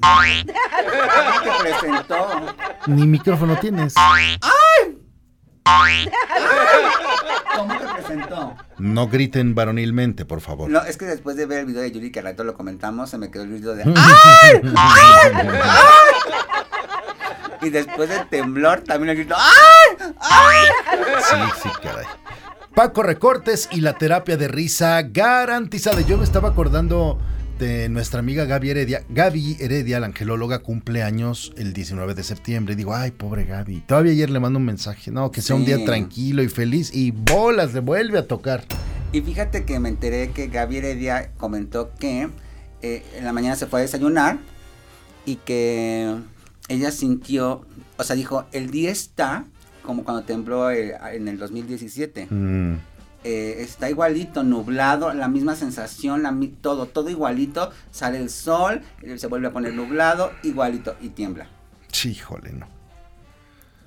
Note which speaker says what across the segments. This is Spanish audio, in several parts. Speaker 1: te presentó.
Speaker 2: Ni micrófono tienes.
Speaker 1: ¿Cómo te presentó?
Speaker 2: No griten varonilmente, por favor.
Speaker 1: No, es que después de ver el video de Yuri, que al rato lo comentamos, se me quedó el grito de Y después del temblor, también el grito ¡Ay! ¡Ay!
Speaker 2: Sí, sí, caray. Paco Recortes y la terapia de risa garantizada. Yo me estaba acordando de nuestra amiga Gaby Heredia. Gaby Heredia, la angelóloga, cumple años el 19 de septiembre. Y digo, ay, pobre Gaby. Todavía ayer le mando un mensaje. No, que sea un
Speaker 1: Sí.
Speaker 2: día tranquilo y feliz. Y bolas, le vuelve a tocar.
Speaker 1: Y fíjate que me enteré que Gaby Heredia comentó que eh, en la mañana se fue a desayunar y que ella sintió, o sea, dijo, el día está como cuando tembló eh, en el 2017.
Speaker 2: Mm,
Speaker 1: eh, está igualito, nublado, la misma sensación, la mi- todo, todo igualito, sale el sol, eh, se vuelve a poner nublado, igualito, y tiembla.
Speaker 2: sí, híjole, no.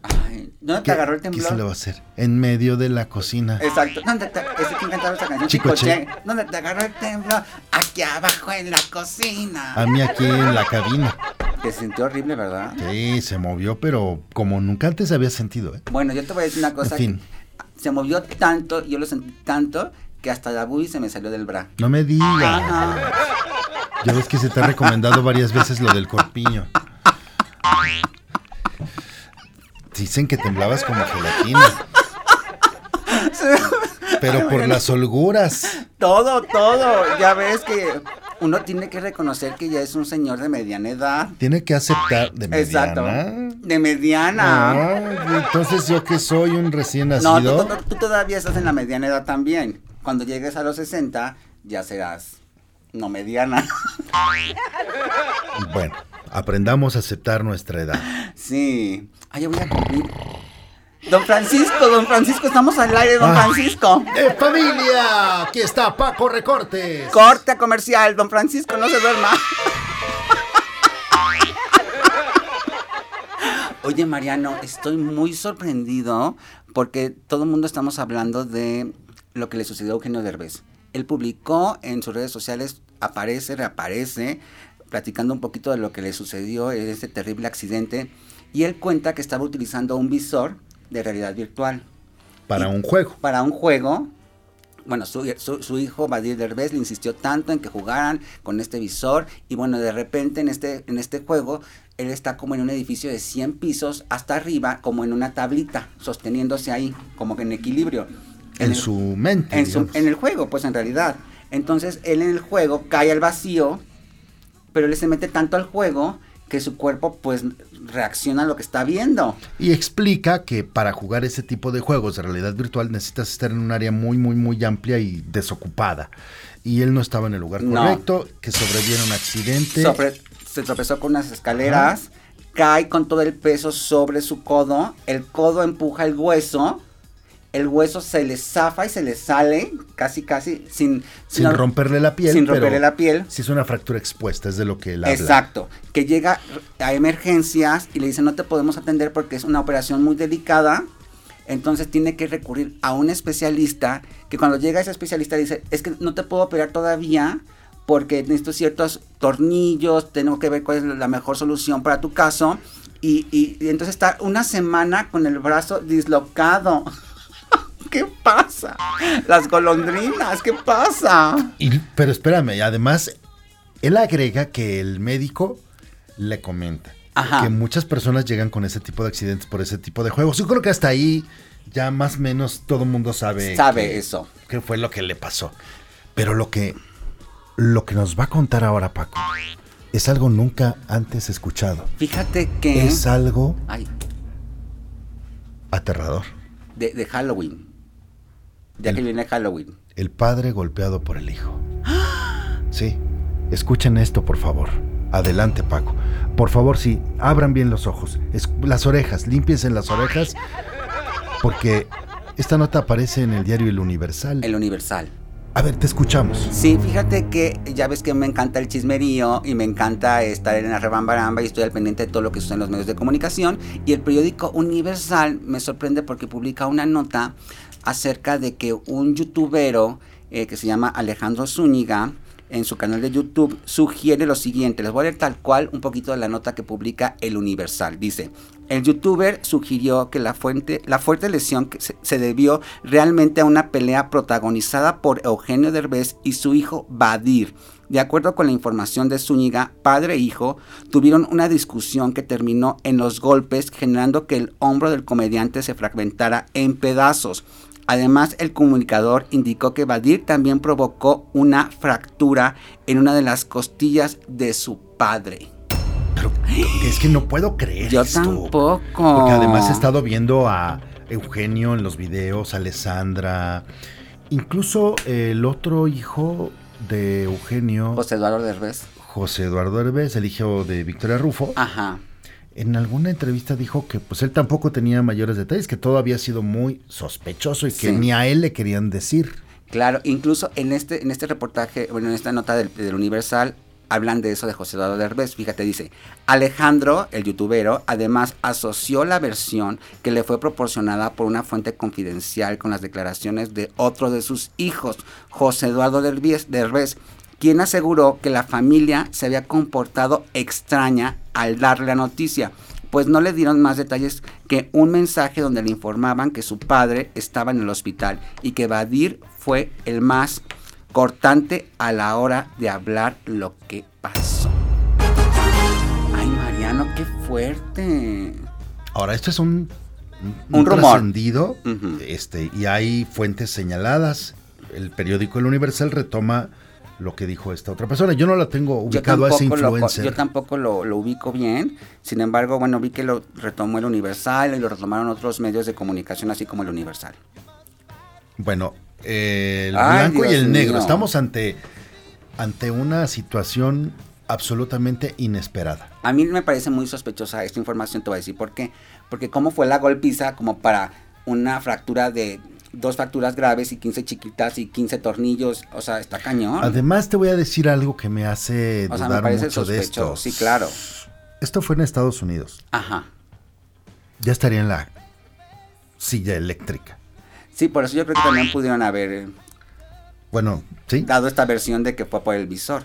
Speaker 1: Ay, ¿Dónde te agarró el
Speaker 2: ¿Qué se le va a
Speaker 1: temblor?
Speaker 2: hacer? En medio de la cocina.
Speaker 1: Exacto. ¿Dónde te, es que encantaba esa canción.
Speaker 2: Chico Che.
Speaker 1: ¿Dónde te agarró el temblor? Aquí abajo en la cocina.
Speaker 2: A mí aquí en la cabina.
Speaker 1: Te sintió horrible, ¿verdad?
Speaker 2: Sí, se movió, pero como nunca antes había sentido, ¿eh?
Speaker 1: Bueno, yo te voy a decir una cosa.
Speaker 2: En fin.
Speaker 1: que Se movió tanto, yo lo sentí tanto, que hasta la bubi se me salió del bra.
Speaker 2: No me digas.
Speaker 1: Ajá.
Speaker 2: Ya ves que se te ha recomendado varias veces lo del corpiño. Dicen que temblabas como gelatina. Pero por las holguras.
Speaker 1: Todo, todo. Ya ves que uno tiene que reconocer que ya es un señor de mediana edad.
Speaker 2: Tiene que aceptar de
Speaker 1: Exacto.
Speaker 2: mediana.
Speaker 1: De mediana.
Speaker 2: Ay, entonces yo que soy un recién
Speaker 1: No, tú,
Speaker 2: nacido.
Speaker 1: tú- tú todavía estás en la mediana edad también. Cuando llegues a los 60, ya serás no mediana.
Speaker 2: Bueno, aprendamos a aceptar nuestra edad.
Speaker 1: Sí. Ay, yo voy a cumplir. Don Francisco, don Francisco, estamos al aire, don
Speaker 2: Ah.
Speaker 1: Francisco.
Speaker 2: ¡Eh, familia! Aquí está Paco Recortes.
Speaker 1: Corte comercial, don Francisco, no se duerma. Oye, Mariano, estoy muy sorprendido porque todo el mundo estamos hablando de lo que le sucedió a Eugenio Derbez. Él publicó en sus redes sociales, aparece, reaparece, platicando un poquito de lo que le sucedió en este terrible accidente. Y él cuenta que estaba utilizando un visor de realidad virtual
Speaker 2: Para un juego.
Speaker 1: para un juego. Bueno, su, su, su hijo Badir Derbez le insistió tanto en que jugaran con este visor y bueno, de repente en este, en este juego él está como en un edificio de 100 pisos hasta arriba, como en una tablita, sosteniéndose ahí, como que en equilibrio.
Speaker 2: En
Speaker 1: el-
Speaker 2: su mente.
Speaker 1: en, su-
Speaker 2: digamos.
Speaker 1: en el juego, pues en realidad. Entonces él en el juego cae al vacío, pero él se mete tanto al juego que su cuerpo pues reacciona a lo que está viendo.
Speaker 2: Y explica que para jugar ese tipo de juegos de realidad virtual necesitas estar en un área muy, muy, muy amplia y desocupada. Y él no estaba en el lugar
Speaker 1: No.
Speaker 2: correcto, que sobreviene un accidente.
Speaker 1: Sobre- se tropezó con unas escaleras, cae con todo el peso sobre su codo, el codo empuja el hueso, el hueso se le zafa y se le sale, casi casi, sin,
Speaker 2: sin
Speaker 1: al-
Speaker 2: romperle la piel.
Speaker 1: Sin
Speaker 2: pero
Speaker 1: romperle la piel.
Speaker 2: Sí es una fractura expuesta, es de lo que él habla.
Speaker 1: Exacto, que llega a emergencias y le dicen no te podemos atender porque es una operación muy delicada, entonces tiene que recurrir a un especialista que cuando llega ese especialista le dice es que no te puedo operar todavía porque necesito ciertos tornillos, tengo que ver cuál es la mejor solución para tu caso y, y- y entonces está una semana con el brazo dislocado. ¿Qué pasa? Las golondrinas, ¿qué pasa?
Speaker 2: Y- pero espérame, además, él agrega que el médico le comenta
Speaker 1: Ajá.
Speaker 2: que muchas personas llegan con ese tipo de accidentes por ese tipo de juegos. Yo creo que hasta ahí ya más o menos todo el mundo sabe.
Speaker 1: Sabe
Speaker 2: que-
Speaker 1: eso.
Speaker 2: ¿Qué fue lo que le pasó? Pero lo que, lo que nos va a contar ahora Paco es algo nunca antes escuchado.
Speaker 1: Fíjate que
Speaker 2: Es algo
Speaker 1: Ay,
Speaker 2: aterrador.
Speaker 1: de, de Halloween. Ya que viene Halloween.
Speaker 2: El padre golpeado por el hijo. Sí, escuchen esto, por favor. Adelante, Paco. Por favor, sí, abran bien los ojos, es- las orejas, límpiense las orejas, porque esta nota aparece en el diario El Universal.
Speaker 1: El Universal.
Speaker 2: A ver, te escuchamos.
Speaker 1: Sí, fíjate que ya ves que me encanta el chismerío y me encanta estar en la rebambaramba y estoy al pendiente de todo lo que sucede en los medios de comunicación. Y el periódico Universal me sorprende porque publica una nota acerca de que un youtubero eh, que se llama Alejandro Zúñiga en su canal de YouTube sugiere lo siguiente. Les voy a leer tal cual un poquito de la nota que publica el Universal. Dice, el youtuber sugirió que la, fuente, la fuerte lesión que se, se debió realmente a una pelea protagonizada por Eugenio Derbez y su hijo Badir. De acuerdo con la información de Zúñiga, padre e hijo tuvieron una discusión que terminó en los golpes generando que el hombro del comediante se fragmentara en pedazos. Además, el comunicador indicó que Badir también provocó una fractura en una de las costillas de su padre.
Speaker 2: Pero es que no puedo creer
Speaker 1: Yo
Speaker 2: esto.
Speaker 1: tampoco.
Speaker 2: Porque además he estado viendo a Eugenio en los videos, a Alessandra, incluso el otro hijo de Eugenio,
Speaker 1: José Eduardo Derbez.
Speaker 2: José Eduardo Herbes, el hijo de Victoria Rufo.
Speaker 1: Ajá.
Speaker 2: En alguna entrevista dijo que pues él tampoco tenía mayores detalles, que todo había sido muy sospechoso y que
Speaker 1: Sí.
Speaker 2: ni a él le querían decir.
Speaker 1: Claro, incluso en este, en este reportaje, bueno, en esta nota del, del Universal, hablan de eso de José Eduardo Derbez. Fíjate, dice, Alejandro, el youtubero, además asoció la versión que le fue proporcionada por una fuente confidencial con las declaraciones de otro de sus hijos, José Eduardo Derbez, Derbez quien aseguró que la familia se había comportado extraña al darle la noticia, pues no le dieron más detalles que un mensaje donde le informaban que su padre estaba en el hospital y que Badir fue el más cortante a la hora de hablar lo que pasó. Ay, Mariano, qué fuerte.
Speaker 2: Ahora, esto es un,
Speaker 1: Un rumor.
Speaker 2: trascendido,
Speaker 1: Ujú.
Speaker 2: este, y hay fuentes señaladas. El periódico El Universal retoma lo que dijo esta otra persona. Yo no la tengo ubicado a ese
Speaker 1: lo,
Speaker 2: influencer.
Speaker 1: yo tampoco lo, lo ubico bien. Sin embargo, bueno, vi que lo retomó el Universal y lo retomaron otros medios de comunicación, así como el Universal.
Speaker 2: Bueno, eh, el
Speaker 1: Ay,
Speaker 2: blanco y
Speaker 1: Dios
Speaker 2: el negro.
Speaker 1: mío.
Speaker 2: Estamos ante, ante una situación absolutamente inesperada.
Speaker 1: A mí me parece muy sospechosa esta información, te voy a decir por qué. Porque cómo fue la golpiza como para una fractura de dos fracturas graves y 15 chiquitas y 15 tornillos, o sea, está cañón.
Speaker 2: Además, te voy a decir algo que me hace
Speaker 1: o sea, me
Speaker 2: dudar
Speaker 1: parece
Speaker 2: mucho de esto.
Speaker 1: sospechoso. Sí, claro.
Speaker 2: Esto fue en Estados Unidos.
Speaker 1: Ajá.
Speaker 2: Ya estaría en la silla eléctrica.
Speaker 1: Sí, por eso yo creo que también pudieron haber eh,
Speaker 2: Bueno, sí,
Speaker 1: dado esta versión de que fue por el visor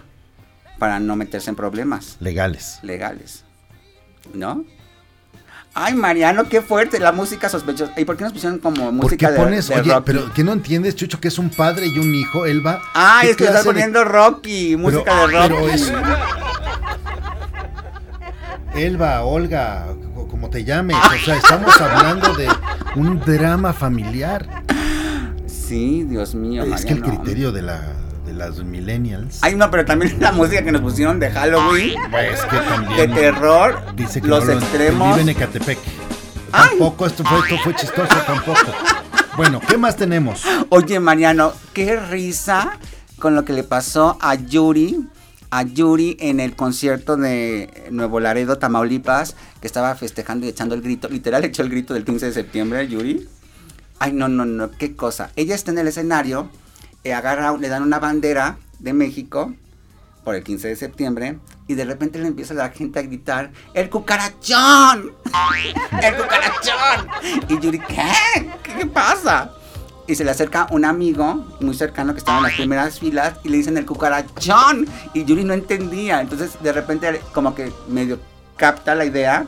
Speaker 1: para no meterse en problemas
Speaker 2: legales.
Speaker 1: legales. ¿No? Ay, Mariano, qué fuerte la música sospechosa. ¿Y por qué nos pusieron como
Speaker 2: ¿Por qué
Speaker 1: música de,
Speaker 2: pones,
Speaker 1: de
Speaker 2: oye,
Speaker 1: Rocky?
Speaker 2: pero que no entiendes, Chucho, que es un padre y un hijo, él va.
Speaker 1: Ah,
Speaker 2: ¿qué
Speaker 1: es que estás
Speaker 2: clase de-
Speaker 1: poniendo Rocky,
Speaker 2: pero- ah,
Speaker 1: música de Rocky.
Speaker 2: pero es- Elba, Olga, o como te llames, o sea, estamos hablando de un drama familiar.
Speaker 1: Sí, Dios mío.
Speaker 2: es que el
Speaker 1: Mariano.
Speaker 2: criterio de, la, de las millennials
Speaker 1: Ay, no, pero también la música que nos pusieron de Halloween,
Speaker 2: es que
Speaker 1: de
Speaker 2: también
Speaker 1: terror,
Speaker 2: dice que
Speaker 1: los
Speaker 2: no lo- que
Speaker 1: extremos.
Speaker 2: vive en Ecatepec. Tampoco, esto fue, esto fue chistoso, tampoco. Bueno, ¿qué más tenemos?
Speaker 1: Oye, Mariano, qué risa con lo que le pasó a Yuri. A Yuri en el concierto de Nuevo Laredo, Tamaulipas, que estaba festejando y echando el grito. Literal echó el grito del 15 de septiembre, Yuri. Ay, no, no, no, qué cosa. Ella está en el escenario, eh, agarra, le dan una bandera de México por el 15 de septiembre y de repente le empieza la gente a gritar, ¡El cucarachón! ¡El cucarachón! Y Yuri, ¿qué? ¿Qué qué pasa? Y se le acerca un amigo muy cercano que estaba en las primeras filas y le dicen el cucarachón. Y Yuri no entendía. Entonces de repente como que medio capta la idea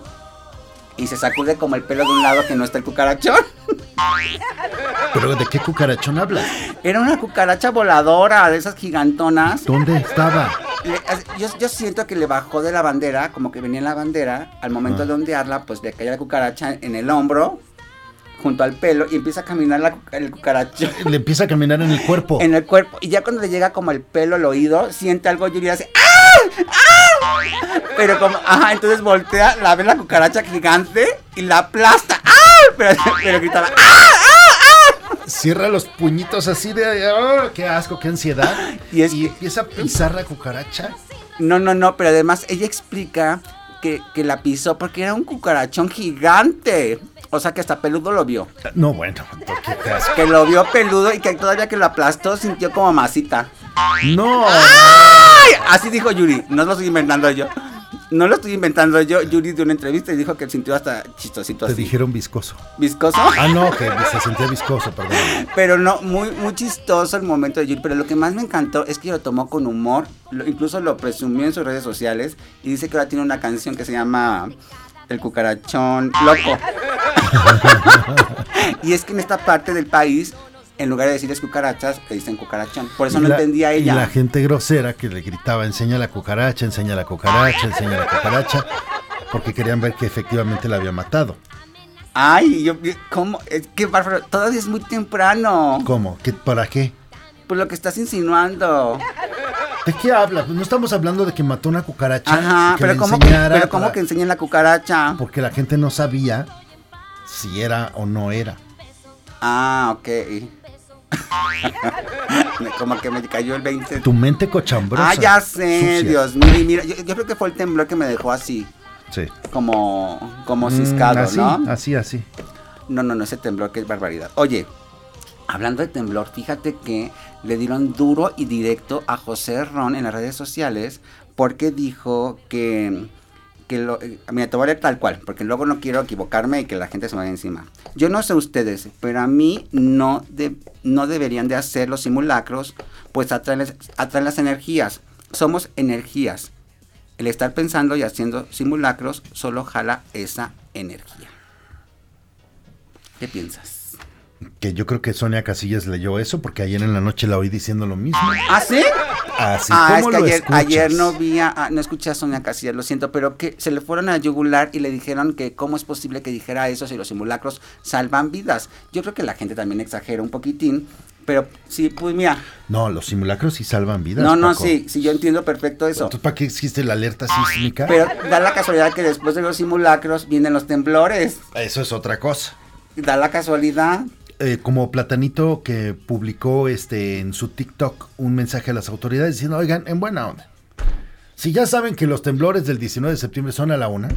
Speaker 1: y se sacude como el pelo de un lado que no está el cucarachón.
Speaker 2: ¿Pero de qué cucarachón hablas?
Speaker 1: Era una cucaracha voladora de esas gigantonas.
Speaker 2: ¿Dónde estaba?
Speaker 1: Le- as- yo, yo siento que le bajó de la bandera, como que venía en la bandera, al momento de ondearla, pues le cae la cucaracha en el hombro, junto al pelo, y empieza a caminar la, cuca- el cucaracho
Speaker 2: Le empieza a caminar en el cuerpo.
Speaker 1: en el cuerpo. Y ya cuando le llega como el pelo al oído, siente algo y hace ¡Ah! ¡Ah! Pero como, ajá, entonces voltea, la ve la cucaracha gigante y la aplasta. ¡Ah! Pero, pero gritaba ¡Ah!
Speaker 2: Cierra los puñitos así de. ¡ah! ¡Qué asco, qué ansiedad!
Speaker 1: Y es que-
Speaker 2: empieza a pisar la cucaracha.
Speaker 1: No, no, no, pero además ella explica que, que la pisó porque era un cucarachón gigante. O sea que hasta peludo lo vio.
Speaker 2: No, bueno, qué te asco.
Speaker 1: Que lo vio peludo y que todavía que lo aplastó sintió como masita.
Speaker 2: No,
Speaker 1: ¡Ay! Así dijo Yuri. No lo estoy inventando yo. No lo estoy inventando yo. Yuri dio una entrevista y dijo que sintió hasta chistosito
Speaker 2: te
Speaker 1: así.
Speaker 2: dijeron viscoso.
Speaker 1: Viscoso.
Speaker 2: Ah, no, que se sentía viscoso, perdón.
Speaker 1: Pero no, muy, muy chistoso el momento de Yuri. Pero lo que más me encantó es que lo tomó con humor. lo- incluso lo presumió en sus redes sociales. Y dice que ahora tiene una canción que se llama El cucarachón loco. y es que en esta parte del país, en lugar de decirles cucarachas, le dicen cucarachón. Por eso
Speaker 2: Y
Speaker 1: no
Speaker 2: la-
Speaker 1: entendía
Speaker 2: Y
Speaker 1: ella.
Speaker 2: la gente grosera que le gritaba, enseña la cucaracha, enseña la cucaracha, enseña la cucaracha, porque querían ver que efectivamente la había matado.
Speaker 1: Ay, yo, yo- ¿cómo? Es que bárbaro, todavía es muy temprano.
Speaker 2: ¿Cómo? ¿Qué, ¿Para qué?
Speaker 1: Por lo que estás insinuando.
Speaker 2: ¿De qué hablas? No estamos hablando de que mató una cucaracha.
Speaker 1: Ajá,
Speaker 2: y que
Speaker 1: pero
Speaker 2: la
Speaker 1: ¿cómo que,
Speaker 2: enseñara
Speaker 1: pero ¿cómo
Speaker 2: para-
Speaker 1: que enseñen la cucaracha?
Speaker 2: Porque la gente no sabía si era o no era.
Speaker 1: Ah, ok. Me- Como que me cayó el 20.
Speaker 2: Tu mente cochambrosa.
Speaker 1: Ah, ya sé,
Speaker 2: sucia.
Speaker 1: Dios mío. y Mira, yo, yo creo que fue el temblor que me dejó así,
Speaker 2: Sí.
Speaker 1: como, como
Speaker 2: Mm,
Speaker 1: ciscado,
Speaker 2: así,
Speaker 1: ¿no?
Speaker 2: Así, así.
Speaker 1: No, no, no, ese temblor, que es barbaridad. Oye, hablando de temblor, fíjate que le dieron duro y directo a José Ron en las redes sociales porque dijo que. que lo, eh, mira, te voy a leer tal cual, porque luego no quiero equivocarme y que la gente se me vaya encima. Yo no sé ustedes, pero a mí no, de- no deberían de hacer los simulacros, pues atraen, las- atraen las energías. Somos energías. El estar pensando y haciendo simulacros solo jala esa energía. ¿Qué piensas?
Speaker 2: Que yo creo que Sonia Casillas leyó eso porque ayer en la noche la oí diciendo lo mismo.
Speaker 1: ¿Ah, sí?
Speaker 2: Así
Speaker 1: ah, es
Speaker 2: como
Speaker 1: que
Speaker 2: lo
Speaker 1: ayer,
Speaker 2: escuchas.
Speaker 1: ayer no vi a, ah, no escuché a Sonia Casillas, lo siento, pero que se le fueron a yugular y le dijeron que cómo es posible que dijera eso si los simulacros salvan vidas. Yo creo que la gente también exagera un poquitín, pero sí, pues mira,
Speaker 2: No, los simulacros sí salvan vidas.
Speaker 1: no, no,
Speaker 2: Paco.
Speaker 1: sí, sí, yo entiendo perfecto eso.
Speaker 2: Entonces, ¿para qué existe la alerta sísmica?
Speaker 1: Pero da la casualidad que después de los simulacros vienen los temblores.
Speaker 2: Eso es otra cosa.
Speaker 1: Da la casualidad.
Speaker 2: Eh, como Platanito que publicó este en su TikTok un mensaje a las autoridades diciendo, oigan, en buena onda. Si ya saben que los temblores del 19 de septiembre son a la una,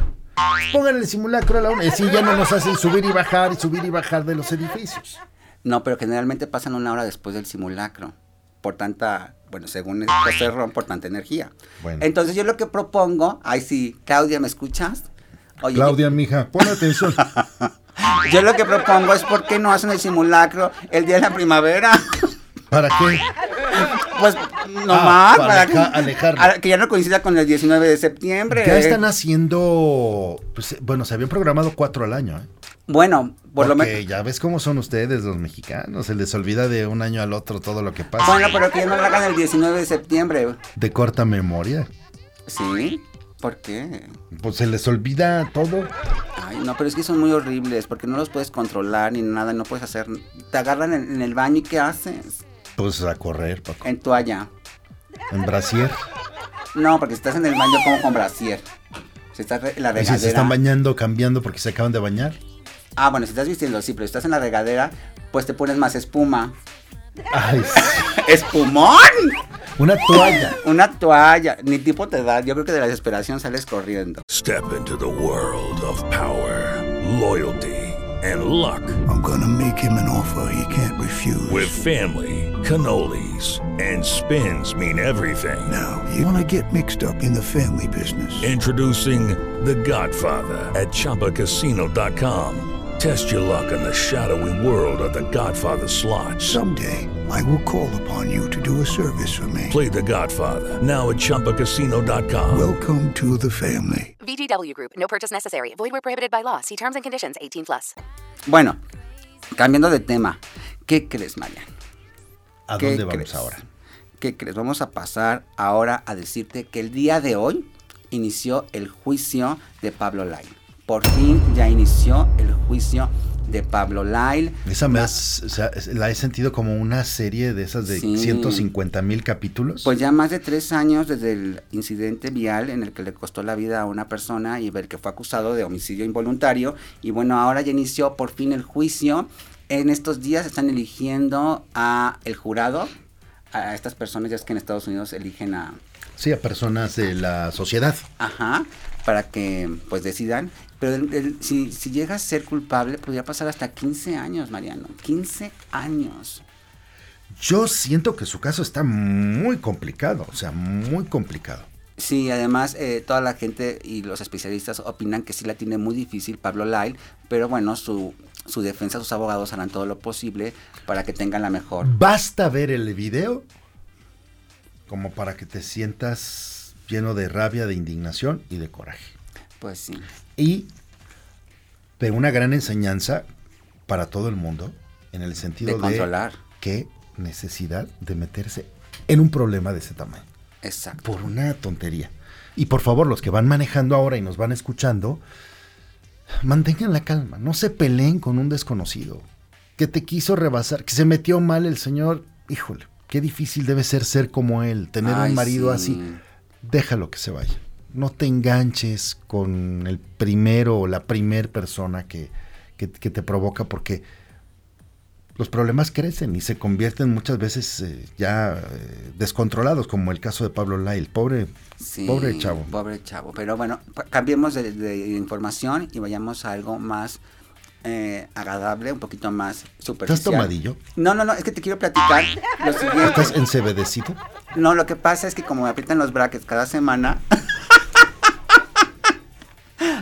Speaker 2: pongan el simulacro a la una. Y así ya no nos hacen subir y bajar y subir y bajar de los edificios.
Speaker 1: No, pero generalmente pasan una hora después del simulacro. Por tanta, bueno, según José Ron, por tanta energía.
Speaker 2: Bueno.
Speaker 1: Entonces yo lo que propongo, ay sí, Claudia, ¿me escuchas? Oye,
Speaker 2: Claudia, mija, pon atención.
Speaker 1: Yo, lo que propongo es por qué no hacen el simulacro el día de la primavera.
Speaker 2: ¿Para qué?
Speaker 1: Pues
Speaker 2: Ah, para
Speaker 1: nomás para,
Speaker 2: aleja- alejarlo.
Speaker 1: a- que ya no coincida con el 19 de septiembre.
Speaker 2: Ya están haciendo, pues, bueno, se habían programado cuatro al año. ¿eh?
Speaker 1: Bueno, por lo
Speaker 2: Porque
Speaker 1: menos.
Speaker 2: ya ves cómo son ustedes los mexicanos, se les olvida de un año al otro todo lo que pasa.
Speaker 1: Bueno, pero que ya no lo hagan el 19 de septiembre.
Speaker 2: De corta memoria.
Speaker 1: ¿Sí? ¿Por qué?
Speaker 2: Pues se les olvida todo.
Speaker 1: Ay, no, pero es que son muy horribles porque no los puedes controlar ni nada, no puedes hacer. Te agarran en, en el baño y ¿qué haces?
Speaker 2: Pues a correr, Paco.
Speaker 1: En toalla.
Speaker 2: En brasier.
Speaker 1: No, porque si estás en el baño como con brasier. Si estás re- en la
Speaker 2: Y
Speaker 1: regadera.
Speaker 2: si se están bañando, cambiando porque se acaban de bañar.
Speaker 1: Ah, bueno, si estás vistiendo, sí, pero si estás en la regadera, pues te pones más espuma.
Speaker 2: Ay, sí.
Speaker 1: ¡Espumón!
Speaker 2: una toalla.
Speaker 1: Una toalla. Ni tipo te da. Yo creo que de la desesperación sales corriendo.
Speaker 3: Step into the world of power, loyalty, and luck.
Speaker 4: I'm gonna make him an offer he can't refuse.
Speaker 3: With family, cannolis, and spins mean everything.
Speaker 4: now, you wanna get mixed up in the family business.
Speaker 3: Introducing The Godfather at ChumbaCasino.com. Test your luck in the shadowy world of The Godfather slot.
Speaker 4: Someday, I will call upon you to do a service for me.
Speaker 3: Play The Godfather now at ChumbaCasino.com.
Speaker 4: Welcome to the family.
Speaker 5: VGW Group. No purchase necessary. Void where prohibited by law. See terms and conditions. 18 plus.
Speaker 1: Bueno, Cambiando de tema, ¿qué crees, Marian?
Speaker 2: ¿A
Speaker 1: ¿Qué
Speaker 2: dónde vamos
Speaker 1: crees?
Speaker 2: ahora?
Speaker 1: ¿Qué crees? Vamos a pasar ahora a decirte que el día de hoy inició el juicio de Pablo Lyle. Por fin ya inició el juicio de Pablo Lyle.
Speaker 2: Esa me has- o sea, es- la he sentido como una serie de esas de
Speaker 1: Sí.
Speaker 2: 150 mil capítulos.
Speaker 1: Pues ya más de tres años desde el incidente vial en el que le costó la vida a una persona y ver que fue acusado de homicidio involuntario. Y bueno, ahora ya inició por fin el juicio. En estos días están eligiendo a el jurado, a estas personas ya es que en Estados Unidos eligen a,
Speaker 2: sí, a personas de la sociedad.
Speaker 1: Ajá, para que pues decidan. Pero el- el- si, si llega a ser culpable, podría pasar hasta 15 años, Mariano. 15 años.
Speaker 2: Yo siento que su caso está muy complicado, o sea, muy complicado.
Speaker 1: Sí, además eh, toda la gente y los especialistas opinan que sí la tiene muy difícil Pablo Lyle, pero bueno, su, su defensa, sus abogados harán todo lo posible para que tengan la mejor.
Speaker 2: Basta ver el video como para que te sientas lleno de rabia, de indignación y de coraje.
Speaker 1: Pues sí.
Speaker 2: y de una gran enseñanza para todo el mundo en el sentido
Speaker 1: De
Speaker 2: de,
Speaker 1: controlar.
Speaker 2: qué necesidad de meterse en un problema de ese tamaño
Speaker 1: Exacto.
Speaker 2: por una tontería. Y por favor, los que van manejando ahora y nos van escuchando, mantengan la calma, no se peleen con un desconocido que te quiso rebasar, que se metió mal el señor. Híjole, qué difícil debe ser ser como él, tener
Speaker 1: Ay,
Speaker 2: un marido
Speaker 1: sí.
Speaker 2: así. Déjalo que se vaya. No te enganches con el primero o la primer persona que, que- que te provoca porque los problemas crecen y se convierten muchas veces eh, ya eh, descontrolados, como el caso de Pablo Lyle. Pobre,
Speaker 1: Sí,
Speaker 2: pobre chavo.
Speaker 1: Pobre chavo. Pero bueno, pa- cambiemos de, de información y vayamos a algo más eh, agradable, un poquito más superficial.
Speaker 2: ¿Estás tomadillo?
Speaker 1: No, no, no, es que te quiero platicar lo siguiente.
Speaker 2: ¿Estás ensebedecido?
Speaker 1: No, lo que pasa es que como me aprietan los brackets cada semana,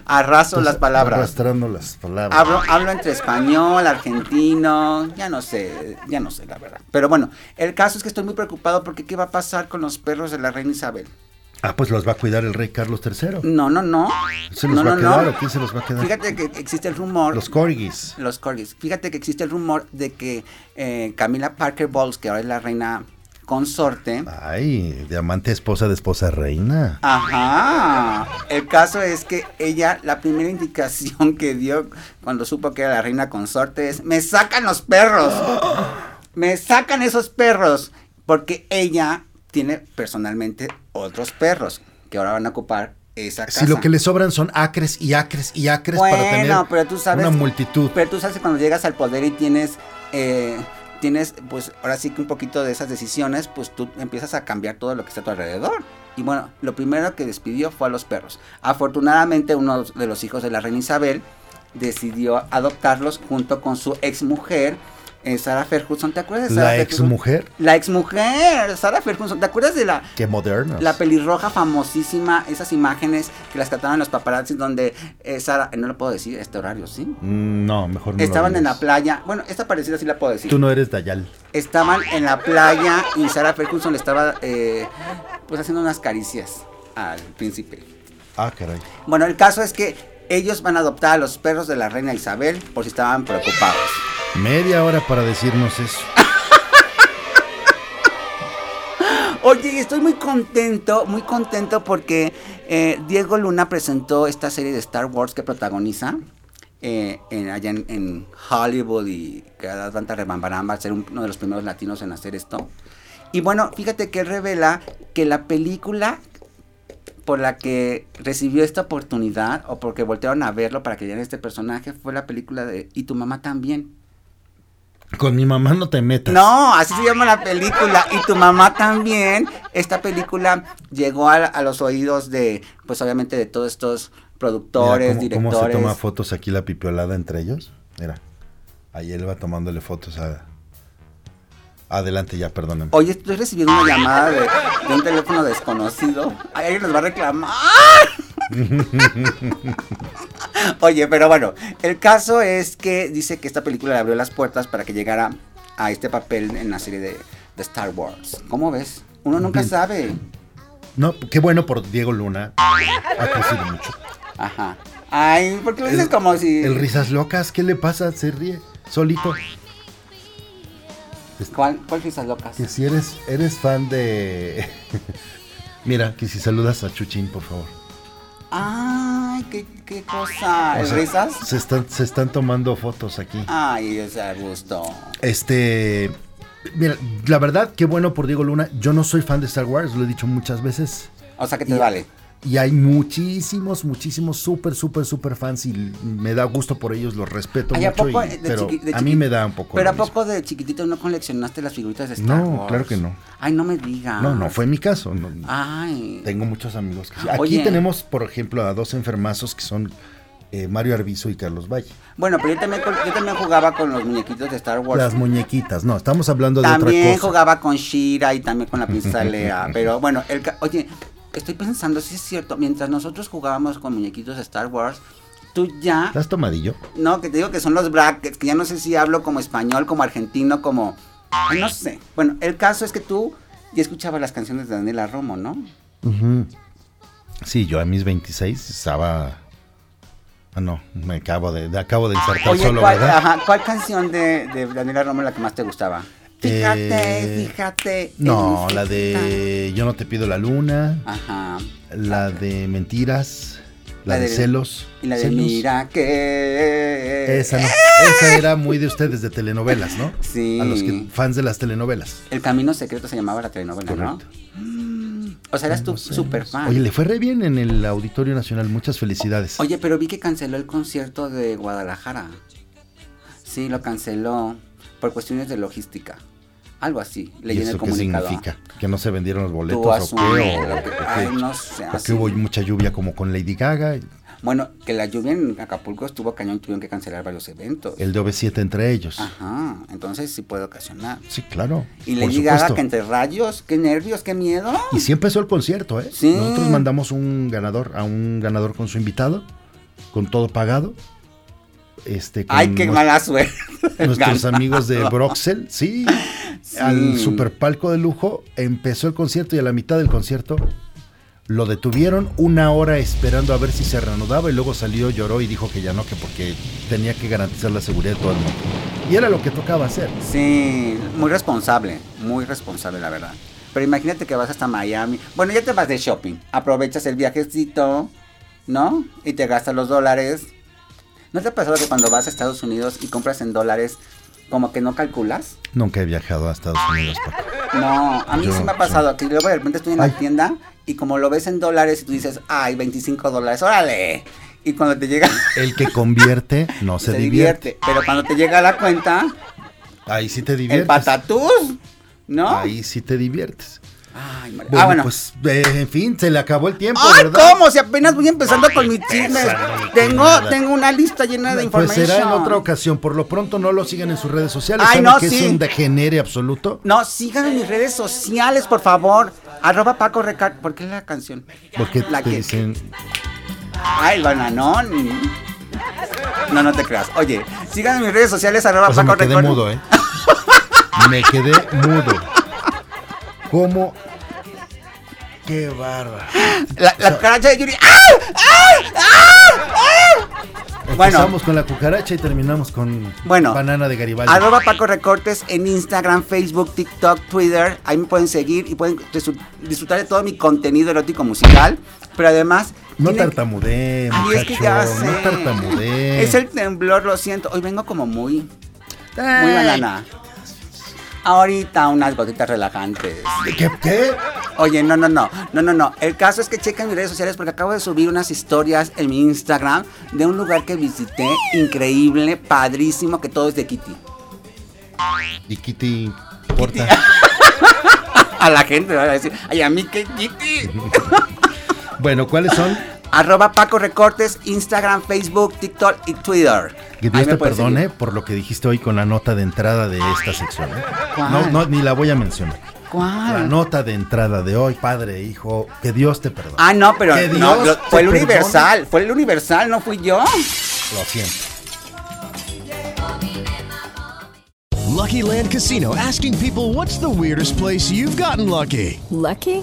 Speaker 1: arraso las palabras. Ah.
Speaker 2: Arrastrando las palabras.
Speaker 1: Hablo, hablo entre español, argentino, ya no sé, ya no sé la verdad. Pero bueno, el caso es que estoy muy preocupado porque ¿qué va a pasar con los perros de la reina Isabel?
Speaker 2: Ah, pues los va a cuidar el rey Carlos III.
Speaker 1: No, no, no.
Speaker 2: ¿Se los
Speaker 1: no,
Speaker 2: va a
Speaker 1: no,
Speaker 2: quedar
Speaker 1: no.
Speaker 2: o quién se los va a quedar?
Speaker 1: Fíjate que existe el rumor.
Speaker 2: Los corgis.
Speaker 1: Los corgis. Fíjate que existe el rumor de que eh, Camila Parker Bowles, que ahora es la reina consorte.
Speaker 2: Ay, diamante esposa de esposa reina.
Speaker 1: Ajá. El caso es que ella, la primera indicación que dio cuando supo que era la reina consorte es: ¡Me sacan los perros! ¡Me sacan esos perros! Porque ella tiene personalmente otros perros que ahora van a ocupar esa casa.
Speaker 2: Si lo que le sobran son acres y acres y acres para tener
Speaker 1: Bueno, pero tú sabes,
Speaker 2: una multitud.
Speaker 1: Pero tú sabes que cuando llegas al poder y tienes, eh, tienes, pues ahora sí que un poquito de esas decisiones, pues tú empiezas a cambiar todo lo que está a tu alrededor. Y bueno, lo primero que despidió fue a los perros. Afortunadamente, uno de los hijos de la reina Isabel decidió adoptarlos junto con su exmujer. eh, Sarah Ferguson, ¿te acuerdas de Sarah
Speaker 2: La
Speaker 1: Ferguson?
Speaker 2: exmujer.
Speaker 1: La exmujer, Sarah Ferguson, ¿te acuerdas de la
Speaker 2: Qué modernos.
Speaker 1: la pelirroja famosísima, esas imágenes que las trataban los paparazzis donde eh, Sara, no lo puedo decir, este horario, ¿sí?
Speaker 2: Mm, No, mejor no. lo
Speaker 1: Estaban en la
Speaker 2: digas.
Speaker 1: playa, bueno, esta parecida sí la puedo decir.
Speaker 2: Tú no eres Dayal.
Speaker 1: Estaban en la playa y Sarah Ferguson le estaba eh, pues haciendo unas caricias al príncipe.
Speaker 2: Ah, caray.
Speaker 1: Bueno, el caso es que ellos van a adoptar a los perros de la reina Isabel por si estaban preocupados.
Speaker 2: Media hora para decirnos eso.
Speaker 1: Oye, estoy muy contento, muy contento porque eh, Diego Luna presentó esta serie de Star Wars que protagoniza eh, en, allá en, en Hollywood y que da tanta rebambaramba, ser un- uno de los primeros latinos en hacer esto. Y bueno, fíjate que él revela que la película por la que recibió esta oportunidad o porque voltearon a verlo para que dieran este personaje fue la película de Y tu mamá también.
Speaker 2: Con mi mamá no te metas.
Speaker 1: No, así se llama la película. Y tu mamá también. Esta película llegó a, a los oídos de, pues obviamente, de todos estos productores,
Speaker 2: Mira cómo, cómo se toma
Speaker 1: directores.
Speaker 2: fotos aquí la pipiolada entre ellos? Mira. Ahí él va tomándole fotos a. Adelante ya, perdóname.
Speaker 1: Oye, estoy recibiendo una llamada de, de un teléfono desconocido. Ay, alguien nos va a reclamar. Oye, pero bueno, el caso es que dice que esta película le abrió las puertas para que llegara a este papel en la serie de, de Star Wars. ¿Cómo ves? Uno nunca
Speaker 2: Bien.
Speaker 1: sabe.
Speaker 2: No, qué bueno por Diego Luna. Ha crecido mucho.
Speaker 1: Ajá. Ay, ¿por qué lo dices como si...
Speaker 2: El risas locas, ¿qué le pasa? Se ríe. solito.
Speaker 1: ¿Cuál, cuál risas locas?
Speaker 2: Que si eres, eres fan de. Mira, que si saludas a Chuchín, por favor.
Speaker 1: Ay, qué, qué cosa.
Speaker 2: O sea,
Speaker 1: ¿Risas?
Speaker 2: Se están, se están tomando fotos aquí.
Speaker 1: Ay, ese arbusto.
Speaker 2: Este. Mira, la verdad, qué bueno por Diego Luna. Yo no soy fan de Star Wars, lo he dicho muchas veces.
Speaker 1: O sea, que te vale.
Speaker 2: Y hay muchísimos, muchísimos súper, súper, súper fans y me da gusto por ellos, los respeto
Speaker 1: Ay, ¿a
Speaker 2: pues mucho.
Speaker 1: poco
Speaker 2: y-
Speaker 1: de
Speaker 2: pero
Speaker 1: chiqui- de
Speaker 2: a mí
Speaker 1: chiqui-
Speaker 2: me da un poco.
Speaker 1: Pero
Speaker 2: lo
Speaker 1: a
Speaker 2: mismo.
Speaker 1: poco de chiquitito no coleccionaste las figuritas de Star
Speaker 2: No,
Speaker 1: Wars?
Speaker 2: claro que no.
Speaker 1: Ay, no me digas.
Speaker 2: No, no fue mi caso. no.
Speaker 1: Ay.
Speaker 2: Tengo muchos amigos que sí. Aquí
Speaker 1: Ah. Oye.
Speaker 2: tenemos, por ejemplo, a dos enfermazos que son eh, Mario Arbizo y Carlos Valle.
Speaker 1: Bueno, pero yo también, col- yo también jugaba con los muñequitos de Star Wars.
Speaker 2: Las muñequitas, no, estamos hablando de
Speaker 1: También
Speaker 2: otra cosa.
Speaker 1: jugaba con Shira y también con la princesa Lea. Pero bueno, el ca- oye, estoy pensando si es cierto. Mientras nosotros jugábamos con muñequitos de Star Wars, tú ya.
Speaker 2: ¿Estás tomadillo?
Speaker 1: No, que te digo que son los brackets, que ya no sé si hablo como español, como argentino, como. ay, No sé. Bueno, el caso es que tú ya escuchabas las canciones de Daniela Romo, ¿no?
Speaker 2: Sí, yo a mis 26 estaba. Ah, no, me acabo de, de- acabo de insertar
Speaker 1: Oye,
Speaker 2: solo,
Speaker 1: ¿cuál,
Speaker 2: ¿verdad?
Speaker 1: ajá, ¿cuál canción de, de Daniela Romo es la que más te gustaba? Fíjate,
Speaker 2: Eh,
Speaker 1: fíjate.
Speaker 2: No,
Speaker 1: en
Speaker 2: la
Speaker 1: mi
Speaker 2: de Yo no te pido la luna,
Speaker 1: fita. Ajá.
Speaker 2: la de mentiras, la,
Speaker 1: Ah. La
Speaker 2: de,
Speaker 1: de-
Speaker 2: celos.
Speaker 1: Y la de
Speaker 2: Celos.
Speaker 1: Mira que.
Speaker 2: Esa no, esa era muy de ustedes de telenovelas, ¿no?
Speaker 1: Sí.
Speaker 2: A los que, fans de las telenovelas.
Speaker 1: El camino secreto se llamaba la telenovela,
Speaker 2: Correcto.
Speaker 1: ¿no? Mm, O sea, eras tú súper fan.
Speaker 2: Oye,
Speaker 1: Oye,
Speaker 2: le fue re bien en el Auditorio Nacional, muchas felicidades.
Speaker 1: pero vi que canceló el concierto de Guadalajara. Sí, lo canceló por cuestiones de logística. Algo así,
Speaker 2: ¿Y
Speaker 1: leí en el
Speaker 2: eso qué
Speaker 1: comunicado.
Speaker 2: significa? ¿Que no se vendieron los boletos
Speaker 1: Tú
Speaker 2: o qué?
Speaker 1: asumes
Speaker 2: ¿O-
Speaker 1: lo que- Ah,
Speaker 2: o qué?
Speaker 1: ay, no sé,
Speaker 2: Porque
Speaker 1: así.
Speaker 2: hubo mucha lluvia como con Lady Gaga,
Speaker 1: Bueno, que la lluvia en Acapulco estuvo cañón, tuvieron que cancelar varios eventos.
Speaker 2: el de OV7 entre ellos.
Speaker 1: Ajá, entonces sí puede ocasionar.
Speaker 2: Sí, claro.
Speaker 1: Ah. Y
Speaker 2: por
Speaker 1: Lady Gaga
Speaker 2: supuesto.
Speaker 1: que entre rayos, qué nervios, qué miedo.
Speaker 2: Y sí empezó el concierto, ¿eh?
Speaker 1: Sí.
Speaker 2: Nosotros mandamos un ganador, a un ganador con su invitado, con todo pagado. Este, con
Speaker 1: Ay, qué
Speaker 2: nues-
Speaker 1: mala suerte.
Speaker 2: Nuestros
Speaker 1: Ganado.
Speaker 2: amigos de Broxel, sí, al superpalco de lujo, empezó el concierto y a la mitad del concierto lo detuvieron una hora esperando a ver si se reanudaba y luego salió, lloró y dijo que ya no, que porque tenía que garantizar la seguridad de todo el mundo. Y era lo que tocaba hacer.
Speaker 1: Sí, muy responsable, muy responsable, la verdad. Pero imagínate que vas hasta Miami. Bueno, ya te vas de shopping. Aprovechas el viajecito, ¿no? Y te gastas los dólares. ¿No te ha pasado que cuando vas a Estados Unidos y compras en dólares, como que no calculas?
Speaker 2: Nunca he viajado a Estados Unidos. Paco.
Speaker 1: No, a mí
Speaker 2: Yo,
Speaker 1: sí me ha
Speaker 2: sí.
Speaker 1: pasado que luego de repente estoy en
Speaker 2: Ay.
Speaker 1: la tienda y como lo ves en dólares y tú dices, ay, 25 dólares, órale. Y cuando te llega,
Speaker 2: El que convierte no se,
Speaker 1: se
Speaker 2: divierte.
Speaker 1: divierte. Pero cuando te llega la cuenta,
Speaker 2: Ahí sí te diviertes.
Speaker 1: el patatús, ¿no?
Speaker 2: Ahí sí te diviertes.
Speaker 1: Ay, madre.
Speaker 2: Bueno,
Speaker 1: ah, bueno.
Speaker 2: pues eh, en fin, se le acabó el tiempo,
Speaker 1: ¡Ay,
Speaker 2: ¿verdad?
Speaker 1: cómo! Si apenas voy empezando con mis chismes.
Speaker 2: Empezando,
Speaker 1: Tengo,
Speaker 2: nada.
Speaker 1: tengo una lista llena de
Speaker 2: Pues
Speaker 1: información.
Speaker 2: será en otra ocasión. Por lo pronto no lo sigan en sus redes sociales.
Speaker 1: Ay,
Speaker 2: ¿Saben
Speaker 1: no,
Speaker 2: que es
Speaker 1: sí.
Speaker 2: un degenere absoluto?
Speaker 1: No, síganme en mis redes sociales, por favor. Arroba Paco Recar... ¿Por qué la canción?
Speaker 2: Porque
Speaker 1: La
Speaker 2: te
Speaker 1: que-
Speaker 2: dicen.
Speaker 1: Ay, el bananón. No, no te creas. Oye, síganme en mis redes sociales, arroba
Speaker 2: O sea,
Speaker 1: Paco
Speaker 2: me quedé
Speaker 1: Recar-
Speaker 2: mudo, ¿eh? Me quedé mudo. ¿Cómo? Qué barba.
Speaker 1: La, la cucaracha de Yuri. ¡Ah! ¡Ay! ¡Ay! ¡Ay! ¡Ay! Bueno,
Speaker 2: Empezamos con la cucaracha y terminamos con
Speaker 1: Bueno.
Speaker 2: banana de Garibaldi.
Speaker 1: arroba Paco Recortes en Instagram, Facebook, TikTok, Twitter. Ahí me pueden seguir y pueden disfr- disfrutar de todo mi contenido erótico musical. Pero además.
Speaker 2: No
Speaker 1: tienen-
Speaker 2: tartamudé,
Speaker 1: Ay,
Speaker 2: muchacho.
Speaker 1: es que ya sé.
Speaker 2: No tartamudé.
Speaker 1: Es el temblor, lo siento. Hoy vengo como muy, muy
Speaker 2: Ay.
Speaker 1: banana. Ahorita unas gotitas relajantes.
Speaker 2: ¿Qué? ¿Qué?
Speaker 1: Oye, no, no, no, no, no, no. El caso es que chequen mis redes sociales porque acabo de subir unas historias en mi Instagram de un lugar que visité increíble, padrísimo, que todo es de Kitty.
Speaker 2: Y Kitty corta.
Speaker 1: A la gente va a decir, ay, a mí que Kitty.
Speaker 2: Bueno, ¿cuáles son?
Speaker 1: Arroba Paco Recortes, Instagram, Facebook, TikTok y Twitter.
Speaker 2: Que
Speaker 1: Ahí
Speaker 2: Dios
Speaker 1: me
Speaker 2: te
Speaker 1: pueden
Speaker 2: perdone
Speaker 1: seguir.
Speaker 2: por lo que dijiste hoy con la nota de entrada de esta sección. ¿eh?
Speaker 1: ¿Cuál?
Speaker 2: No, no, ni la voy a mencionar. La
Speaker 1: ¿Cuál?
Speaker 2: nota de entrada de hoy, padre, hijo, que Dios te perdone.
Speaker 1: Ah, no, pero
Speaker 2: Que
Speaker 1: no,
Speaker 2: Dios
Speaker 1: lo-
Speaker 2: te
Speaker 1: fue el
Speaker 2: perdone.
Speaker 1: universal, fue el universal, no fui yo.
Speaker 2: Lo siento.
Speaker 6: Lucky Land Casino asking people what's the weirdest place you've gotten lucky?
Speaker 7: Lucky?